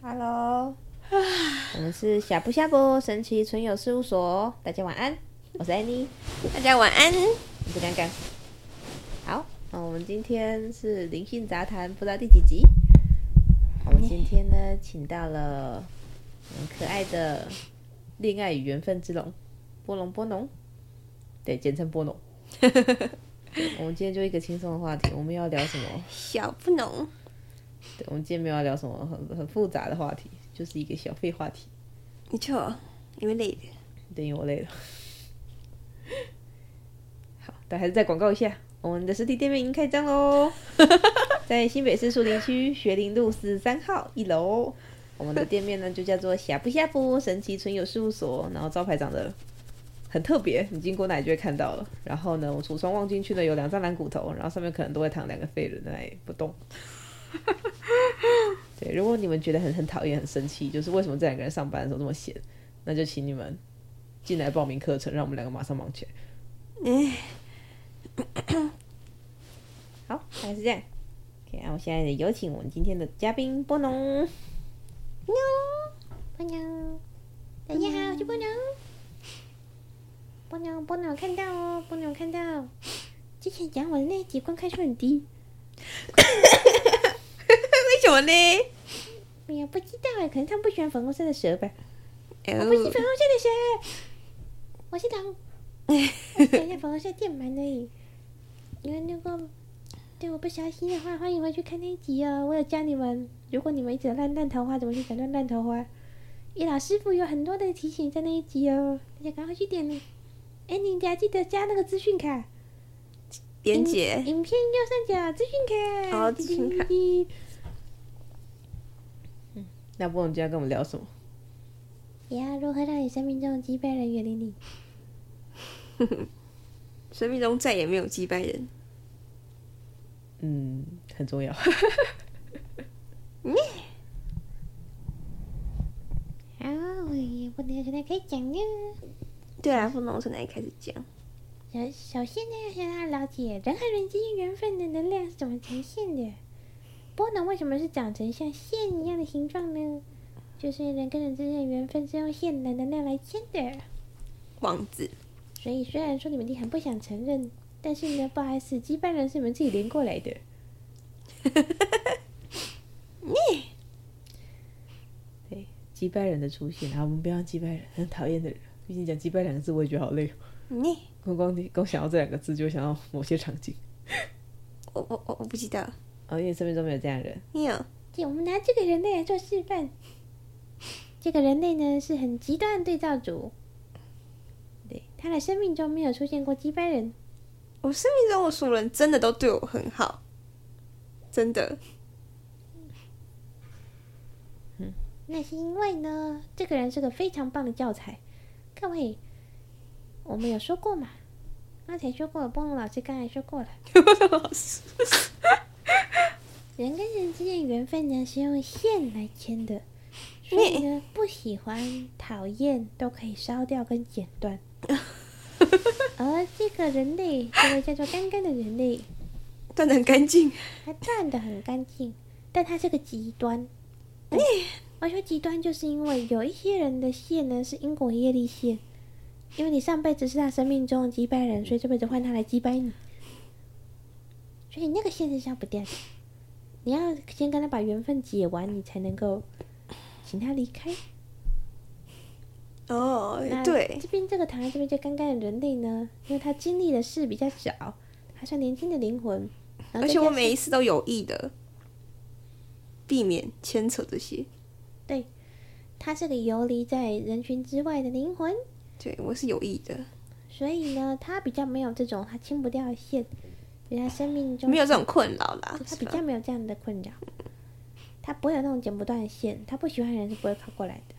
Hello，我们是下不下不神奇存有事务所，大家晚安，我是 Annie，大家晚安。我是刚刚。好，那我们今天是灵性杂谈，不知道第几集。我们今天呢，请到了很可爱的恋爱与缘分之龙，波龙波农，对，简称波农。对 我们今天就一个轻松的话题，我们要聊什么？小不农，对，我们今天没有要聊什么很很复杂的话题，就是一个小废话题。没错，因为累了。等于我累了。好，但还是再广告一下，我们的实体店面已经开张喽，在新北市树林区学林路四十三号一楼。我们的店面呢就叫做“呷不呷不神奇存有事务所”，然后招牌长得很特别，你经过那里就会看到了。然后呢，我橱窗望进去呢有两张蓝骨头，然后上面可能都会躺两个废人在那里不动。对，如果你们觉得很很讨厌、很生气，就是为什么这两个人上班的时候这么闲，那就请你们进来报名课程，让我们两个马上忙起来。哎好，大概是这样。OK，那我现在有请我们今天的嘉宾波农。波妞，大家好，我是波妞。波妞，波妞看到哦，波妞看到。之前讲我的那一集观看数很低，为什么呢？哎呀，不知道哎，可能他们不喜欢粉红色的蛇吧？哦不喜欢粉红色的蛇，我是狼，我想要粉红色电鳗而已。因为如果对我不小心的话，欢迎回去看那一集哦。我有教你们，如果你们一直烂烂桃花，怎么去斩断烂桃花？叶老师傅有很多的提醒在那一集哦，大家赶快去点呢。哎，你还记得加那个资讯卡？连姐，影片右上角资讯卡。哦哎资讯卡滴滴滴那波农今天要跟我们聊什么？也要如何让你生命中的击败人远离你？生命中再也没有击败人。嗯，很重要。 好，我也不能现在可以讲呢。对啊，不农从哪里开始讲？首首先呢，要先让他了解人和人之间缘分的能量是怎么呈现的。波能为什么是长成像线一样的形状呢？就是人跟人之间的缘分是用线的能量来牵的。王子，所以虽然说你们一定很不想承认，但是呢，不好意思，羁绊人是你们自己连过来的。击败人的出现，然后我们不要击败人，很讨厌的人。毕竟讲击败两个字，我也觉得好累哦。你，光光光想到这两个字，就会想到某些场景。我我我我不知道。哦，因为生命中没有这样的人。你哦有对，我们拿这个人类来做示范。这个人类呢是很极端的对照组，对，他的生命中没有出现过击败人，我生命中我熟人真的都对我很好，真的。那是因为呢，这个人是个非常棒的教材。各位，我们有说过嘛？刚才说过了，波龙老师刚才说过了，老师，人跟人之间的缘分呢是用线来牵的，所以呢，不喜欢、讨厌都可以烧掉跟剪断。而这个人类，这个叫做干干的人类，断的很干净。它断的很干净，但它是个极端。我说极端，就是因为有一些人的线呢是因果业力线，因为你上辈子是他生命中的击败人，所以这辈子换他来击败你，所以那个线是消不掉的。你要先跟他把缘分解完，你才能够请他离开。哦那，对，这边这个躺在这边就干干的人类呢，因为他经历的事比较少，还算年轻的灵魂，然后而再且我加上每一次都有意的避免牵扯这些。他是个游离在人群之外的灵魂，对我是有意的，所以呢，他比较没有这种他清不掉的线，比较生命中没有这种困扰啦。他是比吧较没有这样的困扰，他不会有那种剪不断的线，他不喜欢的人是不会靠过来的。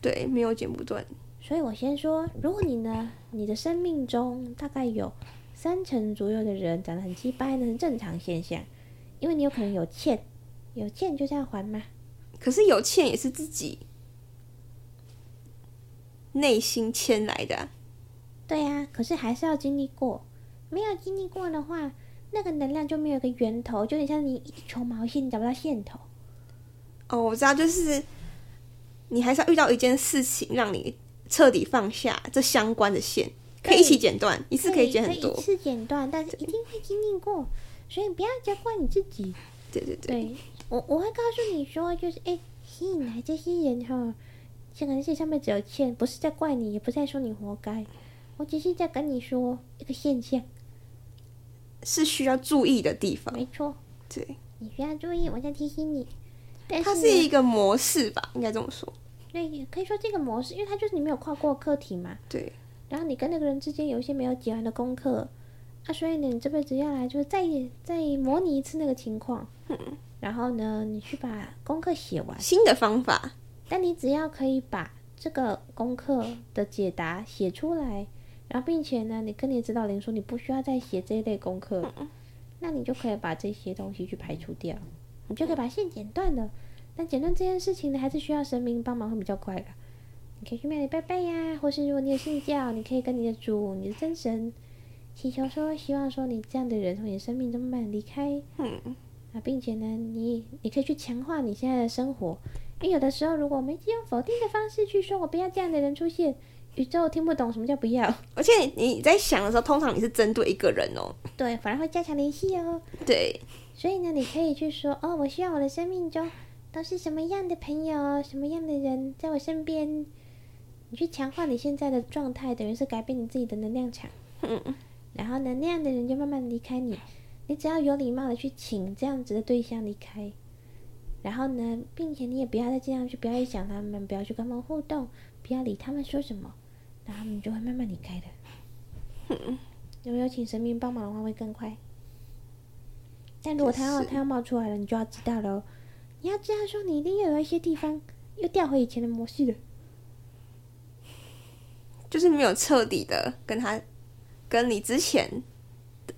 对，没有剪不断。所以我先说，如果你呢，你的生命中大概有三成左右的人长得很鸡掰，那是正常现象，因为你有可能有欠，有欠就是要还嘛。可是有欠也是自己内心牵来的啊、啊啊对呀、可是还是要经历过，没有经历过的话，那个能量就没有一个源头，就有点像你一球毛线，你找不到线头。哦，我知道，就是你还是要遇到一件事情，让你彻底放下这相关的线，可以一起剪断，一次可以剪很可以一多。次剪断，但是一定会经历过，所以不要责怪你自己。对对对，对我我会告诉你说，就是哎，吸引来这些人哈，这个世界上面只有欠，不是在怪你，也不是在说你活该，我只是在跟你说一个现象，是需要注意的地方。没错，对，你需要注意，我在提醒你。但它呢是一个模式吧，应该这么说。对，也可以说这个模式，因为它就是你没有跨过课题嘛，对，然后你跟那个人之间有一些没有解完的功课，啊，所以呢，你这辈子要来就是再再模拟一次那个情况，然后呢，你去把功课写完。新的方法，但你只要可以把这个功课的解答写出来，然后并且呢，你跟你指导灵说你不需要再写这一类功课了，那你就可以把这些东西去排除掉，你就可以把线剪断了。但剪断这件事情呢，还是需要神明帮忙会比较快的。你可以去庙里拜拜呀，或是如果你有信教，你可以跟你的主、你的真神祈求说，希望说你这样的人从你的生命中慢慢地离开。嗯，啊，并且呢，你你可以去强化你现在的生活，因为有的时候如果我们一直用否定的方式去说我不要这样的人出现，宇宙听不懂什么叫不要，而且你在想的时候，通常你是针对一个人哦。 对，反而会加强联系哦。对，所以呢，你可以去说哦，我希望我的生命中都是什么样的朋友，什么样的人在我身边。你去强化你现在的状态，等于是改变你自己的能量场，嗯，然后呢，那样的人就慢慢离开你。你只要有礼貌的去请这样子的对象离开，然后呢，并且你也不要再这样去，不要去想他们，不要去跟他们互动，不要理他们说什么，然后他们就会慢慢离开的。嗯有没有请神明帮忙的话会更快？但如果他要就是他要冒出来了，你就要知道了哦。你要知道说，你一定又有一些地方又掉回以前的模式了。就是没有彻底的跟他，跟你之前的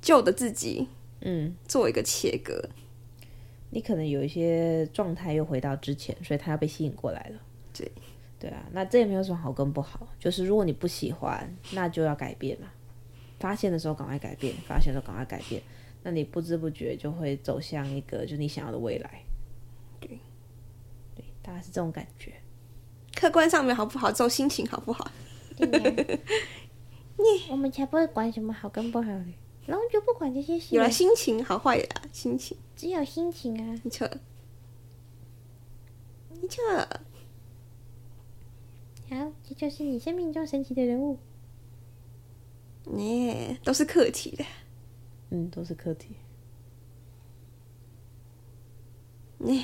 旧的自己嗯，做一个切割。你可能有一些状态又回到之前，所以他要被吸引过来了。对，对啊，那这也没有什么好跟不好，就是如果你不喜欢，那就要改变嘛。发现的时候赶快改变，发现的时候赶快改变，那你不知不觉就会走向一个就是你想要的未来。对，对，大概是这种感觉。客观上面好不好，之后心情好不好，对呀、我们才不会管什么好跟不好嘞，然后就不管这些事有啊了了，心情好坏啦，心情。只有心情啊。你扯，你扯，好，这就是你生命中神奇的人物。耶、都是课题的。嗯，都是课题。耶、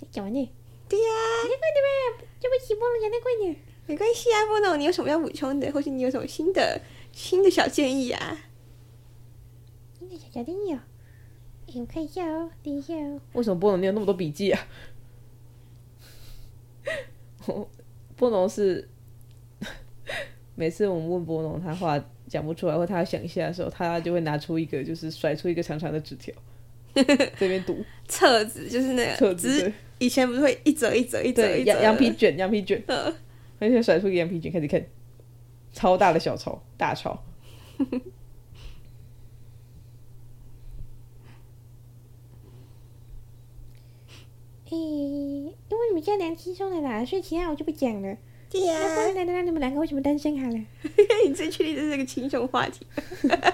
你讲完呢？对啊呀、讲得快点吧，对不起，波龙讲得快点。没关系啊，波诺，你有什么要补充的，或是你有什么新的新的小建议啊？你的小小定义哦。哎，我看一下哦，等一下哦。为什么波农你有那么多笔记啊？ 波农是 每次我们问波农他话讲不出来或他要想一下的时候，他就会拿出一个就是甩出一个长长的纸条，这 边读册子就是那册个，子只是以前不是会一折一折一折对一折羊的羊皮，卷羊皮卷，呃，而且甩出一个羊皮卷开始看，超大的小抄大抄，哎，因为你们这样聊轻松的啦，所以其他我就不讲了。对呀、那波来来来，你们两个为什么单身好了？你最确定这是个轻松话题？是个轻松话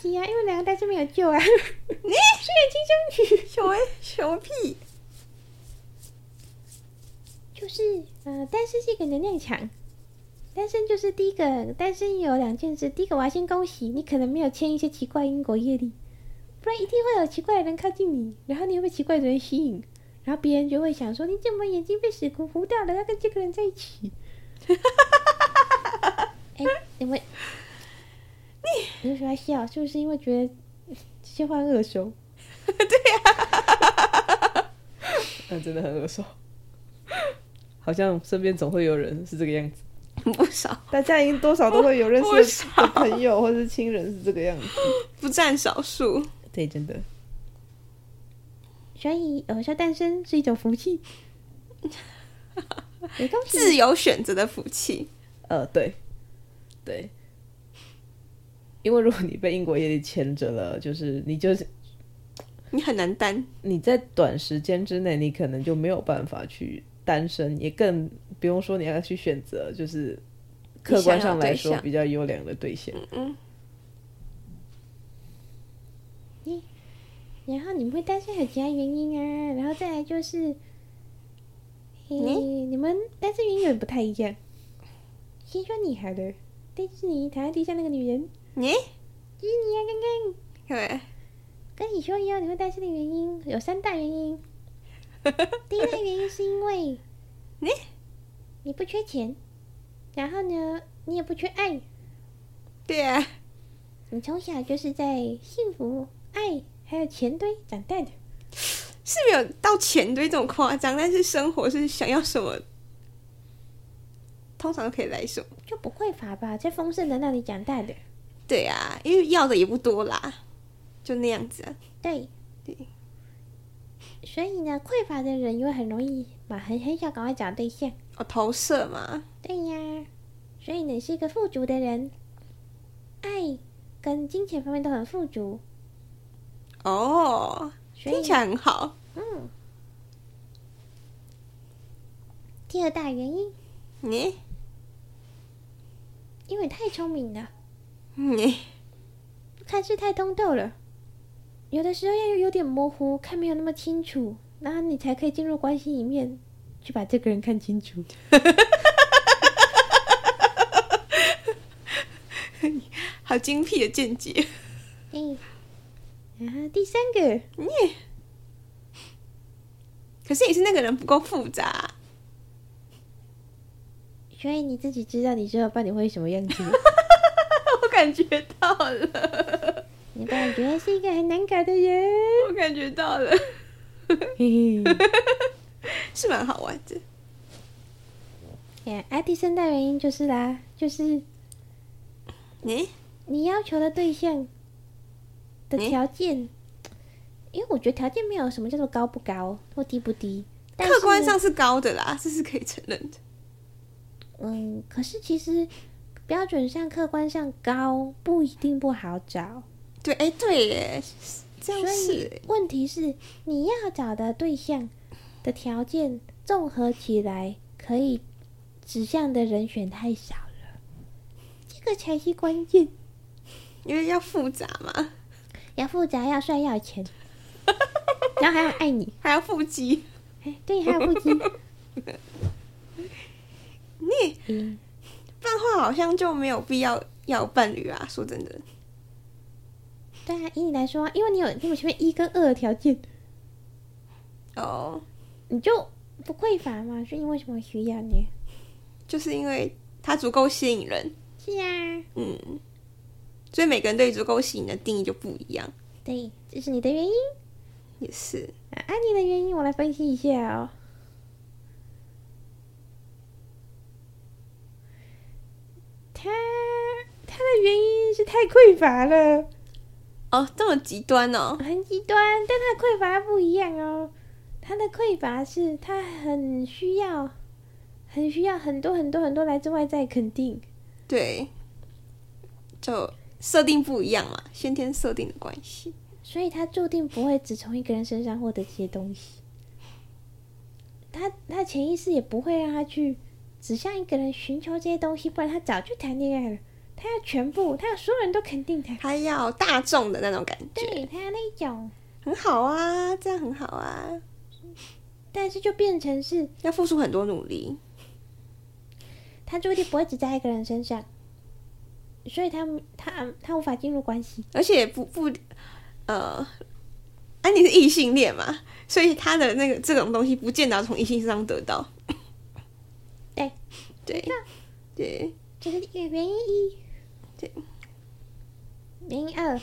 题啊，因为两个单身没有救啊。你是个轻松，什么什么屁？就是呃，单身是一个能量场。单身就是第一个，单身有两件事。第一个，我要先恭喜你，可能没有签一些奇怪因果业力，不然一定会有奇怪的人靠近你，然后你会被奇怪的人吸引，然后别人就会想说你怎么眼睛被屎糊糊到了，要跟这个人在一起。 哎、你们，你为什么要笑？是不是因为觉得这些话很 耳熟？ 那真的很耳熟，好像身边总会有人是这个样子，不少，大家一定多少都会有认不不识少的朋友或是亲人是这个样子，不占少数。对，真的。所以有时候单身是一种福气。没恭喜你自由选择的福气，呃，对，对，因为如果你被因果业力牵着了，就是你就是你很难担。你在短时间之内，你可能就没有办法去单身，也更不用说你要去选择，就是客观上来你想要对说象比较优良的对象。然后你们会担心有其他原因啊，然后再来就是，嘿，嗯你们单身原因有点不太一样。先说你好了，迪士尼躺在地上那个女人，你、迪士尼啊，刚刚对，跟你说一样，你会担心的原因有三大 原因。第一大原因是因为你、你不缺钱，然后呢，你也不缺爱，对啊，你从小就是在幸福、爱还有钱堆长大的。是没有到钱堆这么夸张，但是生活是想要什么，通常都可以来什么。就不匮乏吧，在丰盛的那里长大的。对啊，因为要的也不多啦，就那样子、啊。对，对。所以呢，匮乏的人又很容易嘛，很很想赶快找对象。哦，投射嘛，对呀，所以你是一个富足的人，爱跟金钱方面都很富足。哦，所以听起来很好。嗯。第二大原因，你因为太聪明了，你看事太通透了，有的时候要有点模糊，看没有那么清楚，然后你才可以进入关系里面去把这个人看清楚。好精辟的见解。哎，然后第三个，你，可是也是那个人不够复杂、所以你自己知道你知道伴侣会是什么 样子吗，我感觉到了，你伴侣觉得是一个很难搞的人，我感觉到了，嘿嘿。是蛮好玩的。哎啊，第三大原因就是啦，就是你你要求的对象的条件，因为我觉得条件没有什么叫做高不高或低不低，但是客观上，是高的啦，这是可以承认的。嗯，可是其实标准上、客观上高不一定不好找。对，哎、对耶，这样所是以耶问题是，你要找的对象的条件综合起来，可以指向的人选太少了，这个才是关键。因为要复杂嘛，要复杂，要帅，要有钱，然后还要爱你。还要腹肌。哎，对，还有腹肌。你嗯，不然的话，好像就没有必要要有伴侣啊。说真的，对啊，以你来说，因为你有你有前面一跟二的条件，哦，你就不匮乏嘛，所以你为什么需要呢？就是因为他足够吸引人，是啊，嗯，所以每个人对足够吸引的定义就不一样，对，这是你的原因。也是。啊，安妮的原因我来分析一下哦。她她的原因是太匮乏了，哦，这么极端哦，很极端，但她的匮乏不一样哦。她的匮乏是她很需要，很需要很多很多很多来自外在的肯定。对，就设定不一样嘛，先天设定的关系。所以他注定不会只从一个人身上获得这些东西。他他潜意识也不会让他去指向一个人寻求这些东西，不然他早就谈恋爱了。他要全部，他要所有人都肯定他，他要大众的那种感觉，对他要那一种，很好啊，这样很好啊，但是就变成是要付出很多努力。他注定不会只在一个人身上，所以他他他无法进入关系。而且不不，呃，安妮是异性恋嘛，所以他的那个这种东西不见得要从异性身上得到。对，对，啊对，这是一个原因一。对，原因二，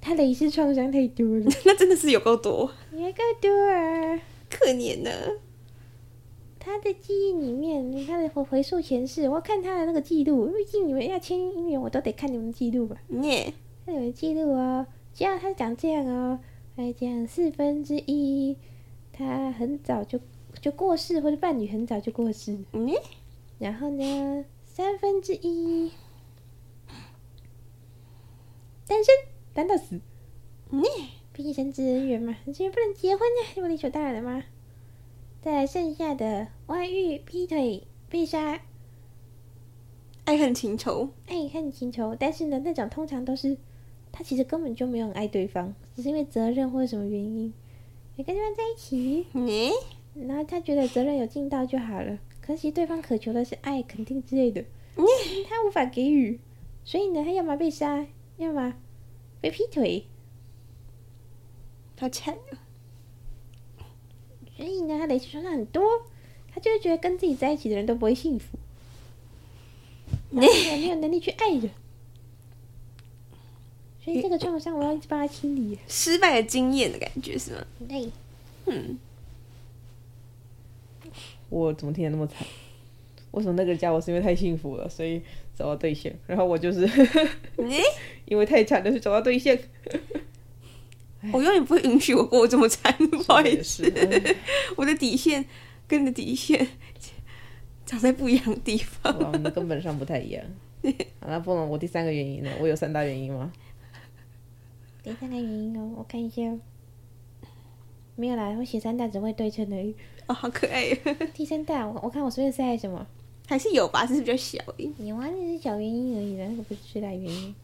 他累世创伤太多了。那真的是有够多， 有一个多啊，可怜呢。他的记忆里面，他的回回溯前世，我看他的那个记录，毕竟你们要签姻缘，我都得看你们记录吧，耶，看你们记录哦。只要他长这样哦，还讲四分之一，他很早就就过世，或者伴侣很早就过世，嗯，然后呢，三分之一，单身单到死，嗯，毕竟只人缘嘛，人缘不能结婚呀、这不理所当然的吗？再来剩下的外遇、劈腿、被杀、爱恨情仇，爱恨情仇，但是呢，那种通常都是他其实根本就没有很爱对方，只是因为责任或者什么原因，也跟对方在一起，你、然后他觉得责任有尽到就好了。可惜对方渴求的是爱、肯定之类的，嗯他无法给予，所以呢，他要么被杀，要么被劈腿，他欠所以呢，他累积床上很多，他就会觉得跟自己在一起的人都不会幸福，然后也没有能力去爱人，所以这个创伤我要一直帮他清理。失败的经验的感觉是吗？对，嗯，我怎么听得那么惨？为什么那个人 加我是因为太幸福了，所以找到对象，然后我就是 你、因为太惨了去找到对象。我永远不会允许我过这么惨，不好也意是思，我的底线跟你的底线长在不一样的地方。 哇，我们根本上不太一 样。好了，不然我第三个原因呢？我有三大原因吗？等一下看原因哦，我看一下哦。没有啦，我写三大只会对称而 已。哦，好可爱哦， 第三大，我我看我随便塞了什么？还是有吧，只是比较小而已。有啊，那是小原因而已的，那个不是最大原因。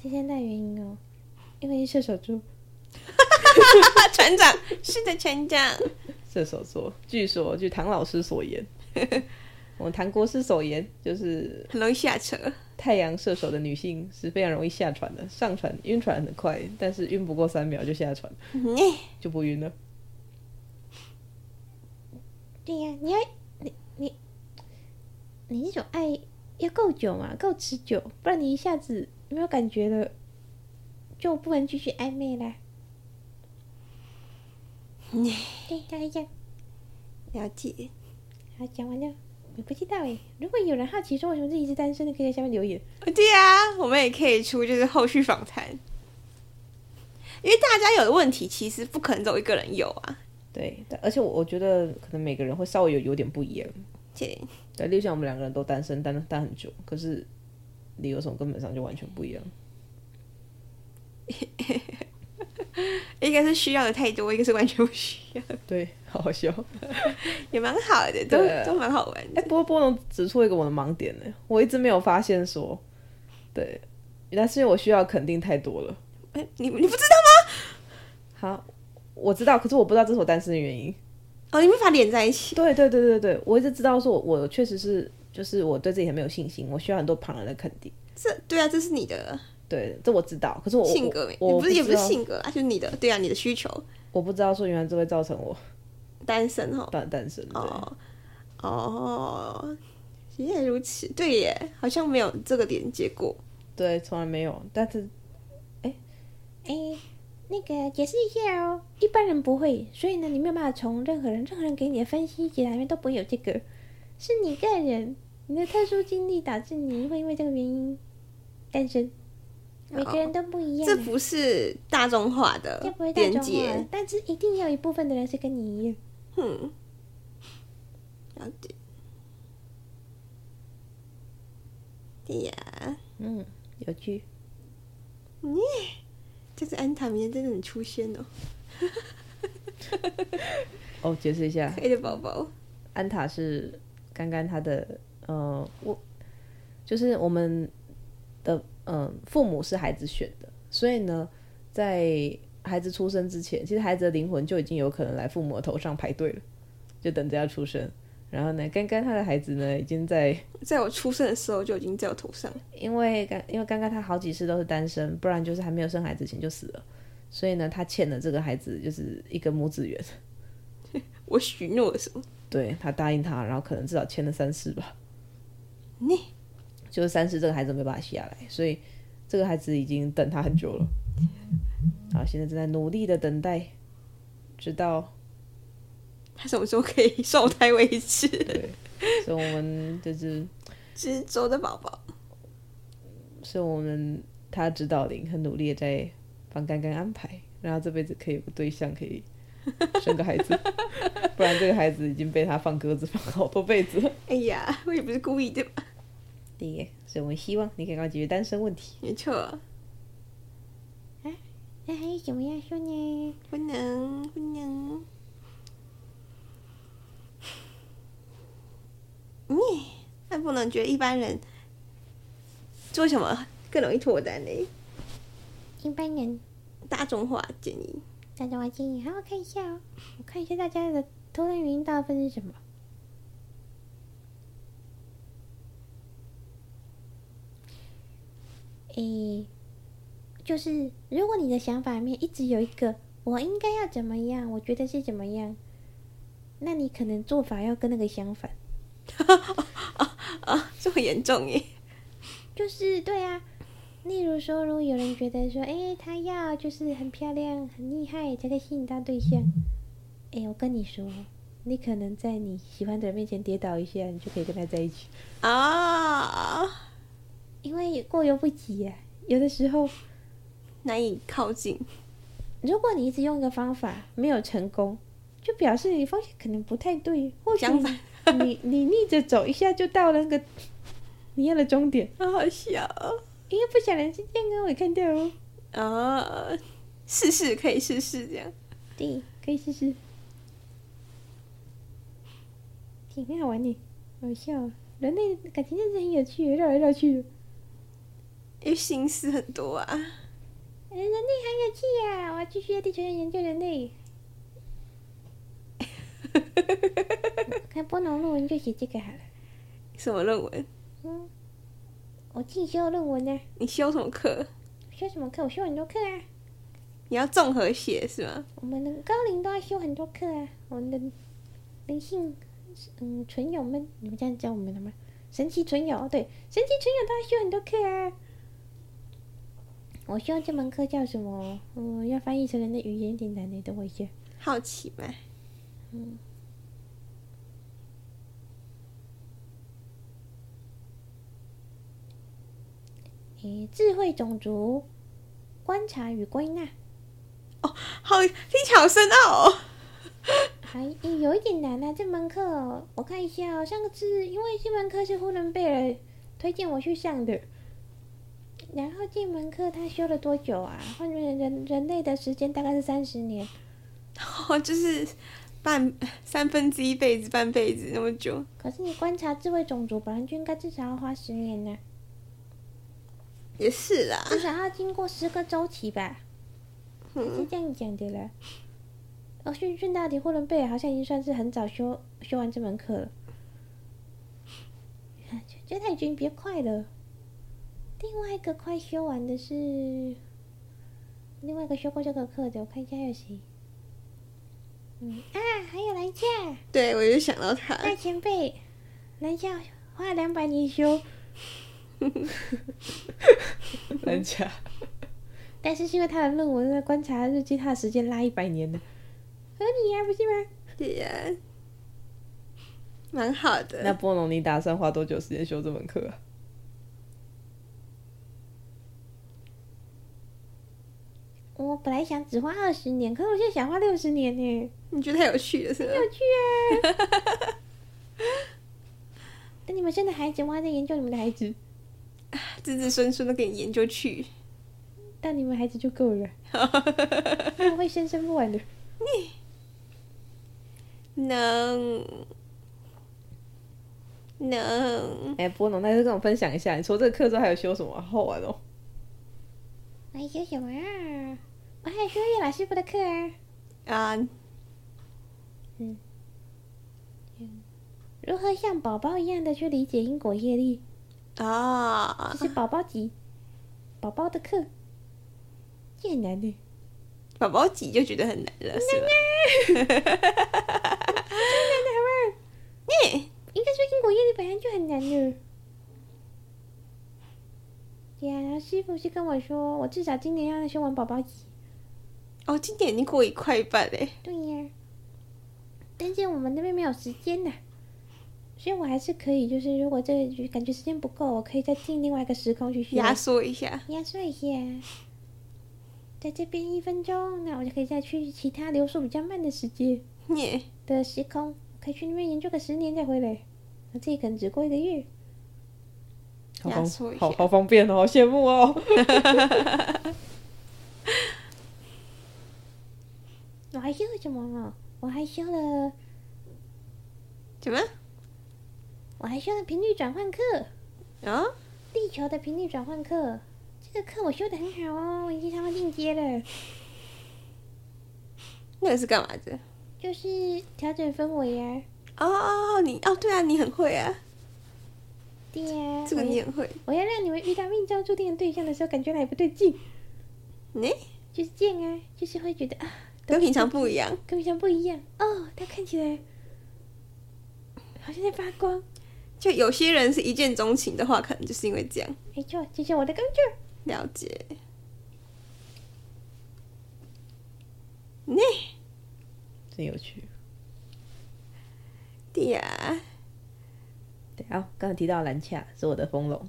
第三大原因哦，因为是射手座，啊，船长，是的，船长，射手座，据说据唐老师所 言，我们唐国师所言，就是很容易下车。太阳射手的女性是非常容易下船的，上船晕船很快，但是晕不过三秒就下船，嗯就不晕了。对呀、你要你你你那种爱要够久嘛，够持久，不然你一下子没有感觉了，就不能继续暧昧啦。对，大概这样。嗯了解，好，讲完了，我不知道哎。如果有人好奇说为什么自己是单身的，可以在下面留言。对啊，我们也可以出就是后续访谈，因为大家有的问题其实不可能只有一个人有啊。对，但而且我我觉得可能每个人会稍微有有点不一样。对，对，例如像我们两个人都单身，单单很久，可是理由从根本上就完全不一样。一个是需要的太多，一个是完全不需要，对，好好笑。也蛮好的，都对都蛮好玩的。哎、不过波农指出一个我的盲点呢，我一直没有发现说，对，原来是因为我需要肯定太多了。哎你你不知道好，我知道，可是我不知道这是我单身的原因。吗？哦，你们把脸在一起，对对对对对，我一直知道说我我确实是就是我对自己很没有信心，我需要很多旁人的肯定。这对啊，这是你的对，这我知道，可是我我性格没，我你不是也不是知道性格啊，就是你的，对啊，你的需求，我不知道说原来这会造成我单身哦，单单身。对，哦哦，原来如此，对耶，好像没有这个连接过。对，从来没有，但是哎，那个解释一下哦，一般人不会，所以呢，你没有办法从任何人、任何人给你的分析解答里面都不会有这个，是你个人你的特殊经历导致你会因为这个原因单身，每个人都不一样这啊。不是大众化的这不会大连众化接，，但是一定有一部分的人是跟你一样。嗯，了解。对哎呀，嗯，有趣。就是安塔明天真的很出现哦，哦，解释一下，可爱的宝宝，安塔是刚刚他的呃，我就是我们的嗯、呃父母是孩子选的，所以呢，在孩子出生之前，其实孩子的灵魂就已经有可能来父母的头上排队了，就等着要出生。然后呢，刚刚他的孩子呢，已经在在我出生的时候就已经在我头上，因为刚因为刚刚他好几次都是单身，不然就是还没有生孩子前就死了，所以呢，他欠了这个孩子就是一个母子缘。我许诺了什么？对他答应他，然后可能至少签了三次吧。你就是三次这个孩子没办法下来，所以这个孩子已经等他很久了。好，现在正在努力的等待，直到他什么时候可以受胎为止？ 对，所以我们就是，执着的宝宝，所以我们他指导灵很努力的在帮刚刚安排，让他这辈子可以有个对象可以生个孩子， 不然这个孩子已经被他放鸽子 放好多辈子了。哎呀，我也不是故意的吧？第一个，所以我们希望你可以帮我解决单身问题。没错，那哎还有什么要说呢？不能不能。你、那不能觉得一般人做什么更容易脱单嘞？一般人大众化建议，大家玩建议，好好看一下哦。我看一下大家的脱单原因大部分是什么？诶，就是如果你的想法里面一直有一个“我应该要怎么样”，我觉得是怎么样，那你可能做法要跟那个相反。啊，这么严重耶？就是对啊，例如说，如果有人觉得说，哎、她要就是很漂亮、很厉害才可以吸引到对象，哎、我跟你说，你可能在你喜欢的人面前跌倒一下，你就可以跟他在一起，啊，因为过犹不及啊。有的时候，难以靠近。如果你一直用一个方法没有成功，就表示你方向可能不太对，或许相反你你逆着走一下就到了那个你要的终点，好好笑哦因为不小人是这样啊，我也看到哦，啊！试试可以试试这样，对，可以试试，挺好玩的，好笑哦。人类的感情真是很有趣，绕来绕去的，因为心思很多啊。哎人类很有趣啊！我要继续在地球上研究人类。看波农论文就写这个好了。什么论文？嗯，我自己修论文呢、啊，你修什么课？修什么课？我修很多课啊。你要综合写是吗？我们的高龄都要修很多课啊。我们的灵性，嗯，存友们，你们这样教我们的吗？神奇存友，对，神奇存友都要修很多课啊。我修这门课叫什么？嗯，要翻译成人的语言有点难的，等我一下。好奇吗？诶，智慧种族观察与归纳，好，听起来好深奥哦。还、诶哎有一点难啊。这门课哦我看一下哦，上次因为这门课是呼伦贝尔推荐我去上的，然后这门课他修了多久啊？换成人人人类的时间大概是三十年，哦，就是半三分之一辈子，半辈子那么久。可是你观察智慧种族，本来就应该至少要花十年呢、也是啦，至少要经过十个周期吧，是嗯，这样讲的啦。哦，训训大体呼伦贝尔好像已经算是很早修修完这门课了，觉得他已经比较快了。另外一个快修完的是，另外一个修过这个课的，我看一下还有谁。嗯啊，还有兰夏对我就想到他，大前辈，兰夏花两百年修， 人家但是是因为他的论文的观察日记，他的时间拉一百年的，合理啊呀、不是吗？对呀、蛮好的。那波农，你打算花多久时间修这门课啊、我本来想只花二十年，可是我现在想花六十年呢，你觉得太有趣了是很吗？有趣啊！ 等你们生的孩子，我还在研究你们的孩子，子子孙孙都给你研究去。但你们孩子就够了，他们会生生不完的。能能，哎、波农，那就跟我分享一下，你除了这个课之后还有修什么啊？好玩哦！我还修什么啊？我还修叶老师傅的课啊。啊，如何像宝宝一样的去理解因果业力？啊这，是宝宝级，宝宝的课，这很难的。宝宝挤就觉得很难了，是吧？耶应该说因果业力本来就很难的。对呀，然后师傅是跟我说，我至少今年要修完宝宝级。哦，今年已经过一块半嘞，对呀，但是我们那边没有时间呐，所以我还是可以，就是如果这个感觉时间不够，我可以再进另外一个时空去修，压缩一下。压缩一下。在这边一分钟，那我就可以再去其他流速比较慢的世界耶、的时空，可以去那边研究个十年再回来。那这可能只过一个月，好压缩方一好下好方便哦，好羡慕哦。我还修了什么啊？我还修了，怎么？我还修了频率转换课，哦，地球的频率转换课。这个课我修的很好哦，我已经上到进阶了，那个是干嘛的？就是调整氛围啊，哦哦，哦你哦，对啊，你很会啊，对呀、这个我要你很会。我要让你们遇到命中注定的对象的时候，感觉哪里不对劲，你、就是这样啊，就是会觉得啊，跟平常不一样，跟平常不一样哦，他看起来好像在发光。就有些人是一见钟情的话，可能就是因为这样。没哎错，这是我的工具。了解。你真有趣。对呀，对啊，刚才提到蓝恰是我的风龙。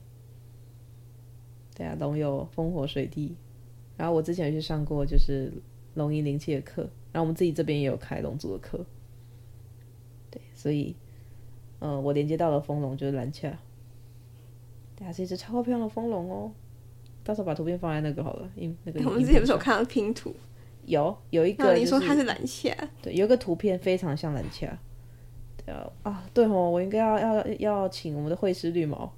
对啊，龙有风火水地，然后我之前有去上过就是龙吟灵气的课，然后我们自己这边也有开龙族的课。对，所以，呃，我连接到了风龙就是蓝恰。对啊，是一只超漂亮的风龙哦。到时候把图片放在那个好了，因那个我们影之前片不是有上看到拼图，有有一然个、后就是，你说它是蓝下，对，有一个图片非常像蓝恰。对啊，啊，对哦，我应该要要要请我们的绘师绿毛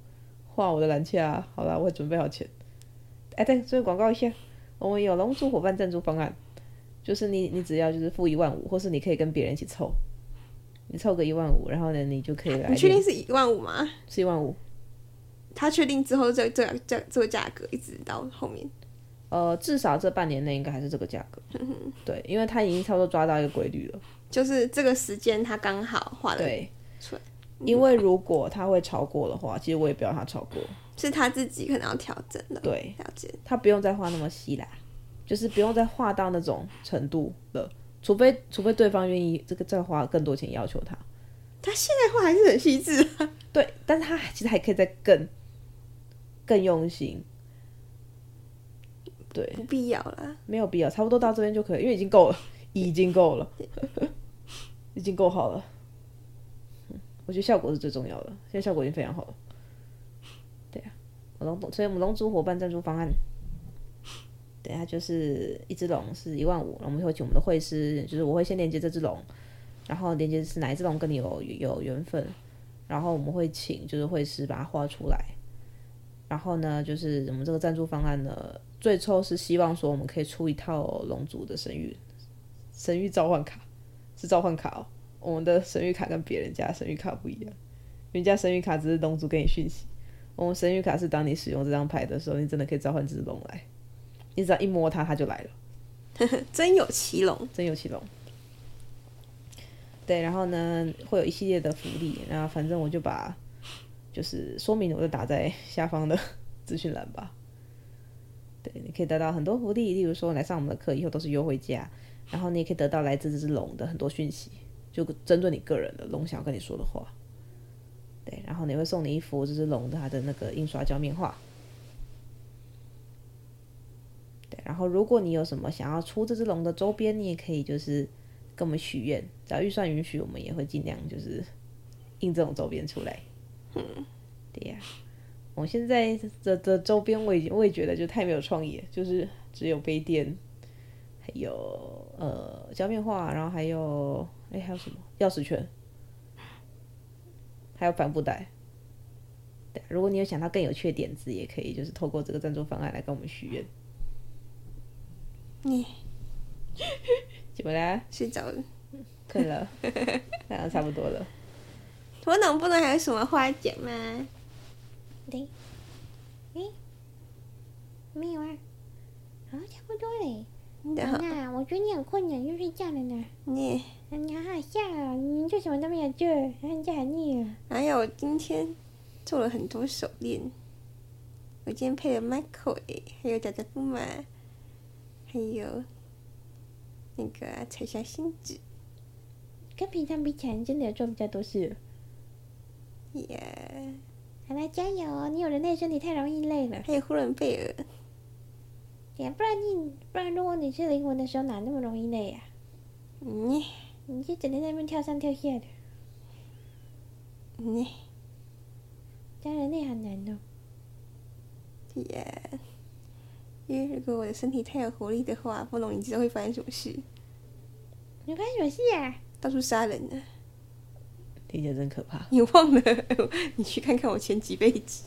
画我的蓝恰。好啦，我准备好钱。哎，对，顺便广告一下，我们有龙珠伙伴赞助方案，就是你你只要就是付一万五，或是你可以跟别人一起凑，你凑个一万五，然后呢，你就可以来你确练定是一万五吗？是一万五？他确定之后这这这这个价格一直到后面，呃，至少这半年内应该还是这个价格。嗯对，因为他已经差不多抓到一个规律了。就是这个时间他刚好画了，对出来，因为如果他会超过的话，其实我也不要他超过。是他自己可能要调整的。对，了解，他不用再画那么细啦，就是不用再画到那种程度了，除非除非对方愿意这个再花更多钱要求他。他现在画还是很细致啊。对，但是他其实还可以再更更用心。对，不必要啦。没有必要，差不多到这边就可以，因为已经够了，已经够了， 已经够好了。嗯我觉得效果是最重要的，现在效果已经非常好了。对啊，我龙，所以我们龙族伙伴赞助方案，对它就是一只龙是一万五，我们会请我们的会师，就是我会先连接这只龙，然后连接是哪一只龙跟你有有缘分，然后我们会请就是会师把它画出来，然后呢，就是我们这个赞助方案呢，最初是希望说我们可以出一套龙族的神域神域召唤卡，是召唤卡哦。我们的神域卡跟别人家的神域卡不一样，人家神域卡只是龙族给你讯息，我们神域卡是当你使用这张牌的时候，你真的可以召唤这只龙来，你只要一摸它，它就来了。真有其龙，真有其龙。对，然后呢，会有一系列的福利，然后反正我就把就是说明，我就打在下方的 资讯栏吧。对，你可以得到很多福利，例如说来上我们的课以后都是优惠价，然后你也可以得到来自这只龙的很多讯息，就针对你个人的龙想要跟你说的话。对，然后你会送你一幅这只龙它的那个印刷胶面画。对，然后如果你有什么想要出这只龙的周边，你也可以就是跟我们许愿，只要预算允许，我们也会尽量就是印这种周边出来。对呀、我现在的的周边我已经我也觉得就太没有创意了，就是只有杯垫，还有呃胶面画，然后还有哎还有什么钥匙圈，还有帆布袋。对，啊如果你有想到更有趣的点子，也可以就是透过这个赞助方案来跟我们许愿。你怎么啦？睡着了。困了， 那差不多了。我能不能还有什么话讲吗？对，诶，没有啊，好像差不多嘞。然后那我觉得你很困了，就睡觉了呢。你，啊你好好笑哦，你就什么都没有做，然后你就很腻了。还有我今天做了很多手链，我今天配了 Michael，欸还有假假布马，还有那个啊彩霞星子跟平常比起来，你真的有做比较多事了。耶好了，加油哦！你有人类身体太容易累了。还有呼伦贝尔，对呀，不然你不然如果你是灵魂的时候，哪那么容易累呀、你你就整天在那边跳上跳下的，你当然那很难哦。也，因为如果我的身体太有活力的话，不懂你知道会发生什么事，你干什么事啊？到处杀人呢、 听起来真可怕。你忘了？你去看看我前几辈子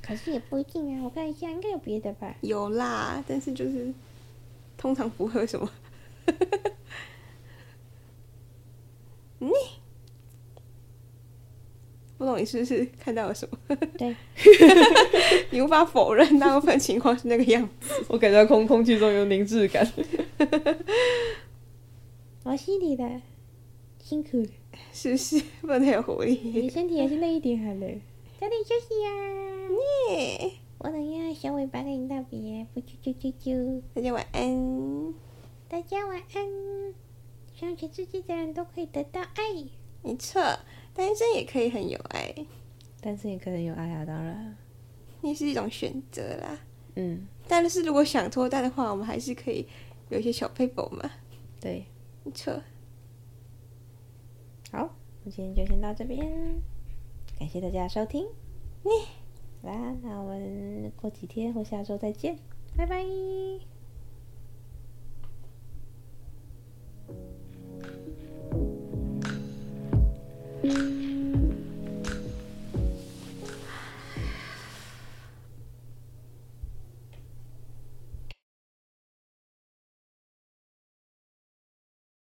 可是也不一定啊，我看一下，应该有别的吧。有啦，但是就是通常不会有什么。你不懂你是不是看到了什么？对， 你无法否认，大部分情况是那个样子。我感觉到空空气中有凝滞感。我心里的辛苦了，是不是？不能太有活你力。身体还是累一点好了，早点休息呀、耶我等一下小尾巴跟你道别，不啾啾啾啾，大家晚安。大家晚安。希望全世界的人都可以得到爱。没错，单身也可以很有爱，单身也可能有爱啊，当然，也是一种选择啦。嗯，但是如果想脱单的话，我们还是可以有一些小配宝嘛。对，没错，好，我今天就先到这边，感谢大家的收听。你。好啦，那我们过几天或下周再见，拜拜。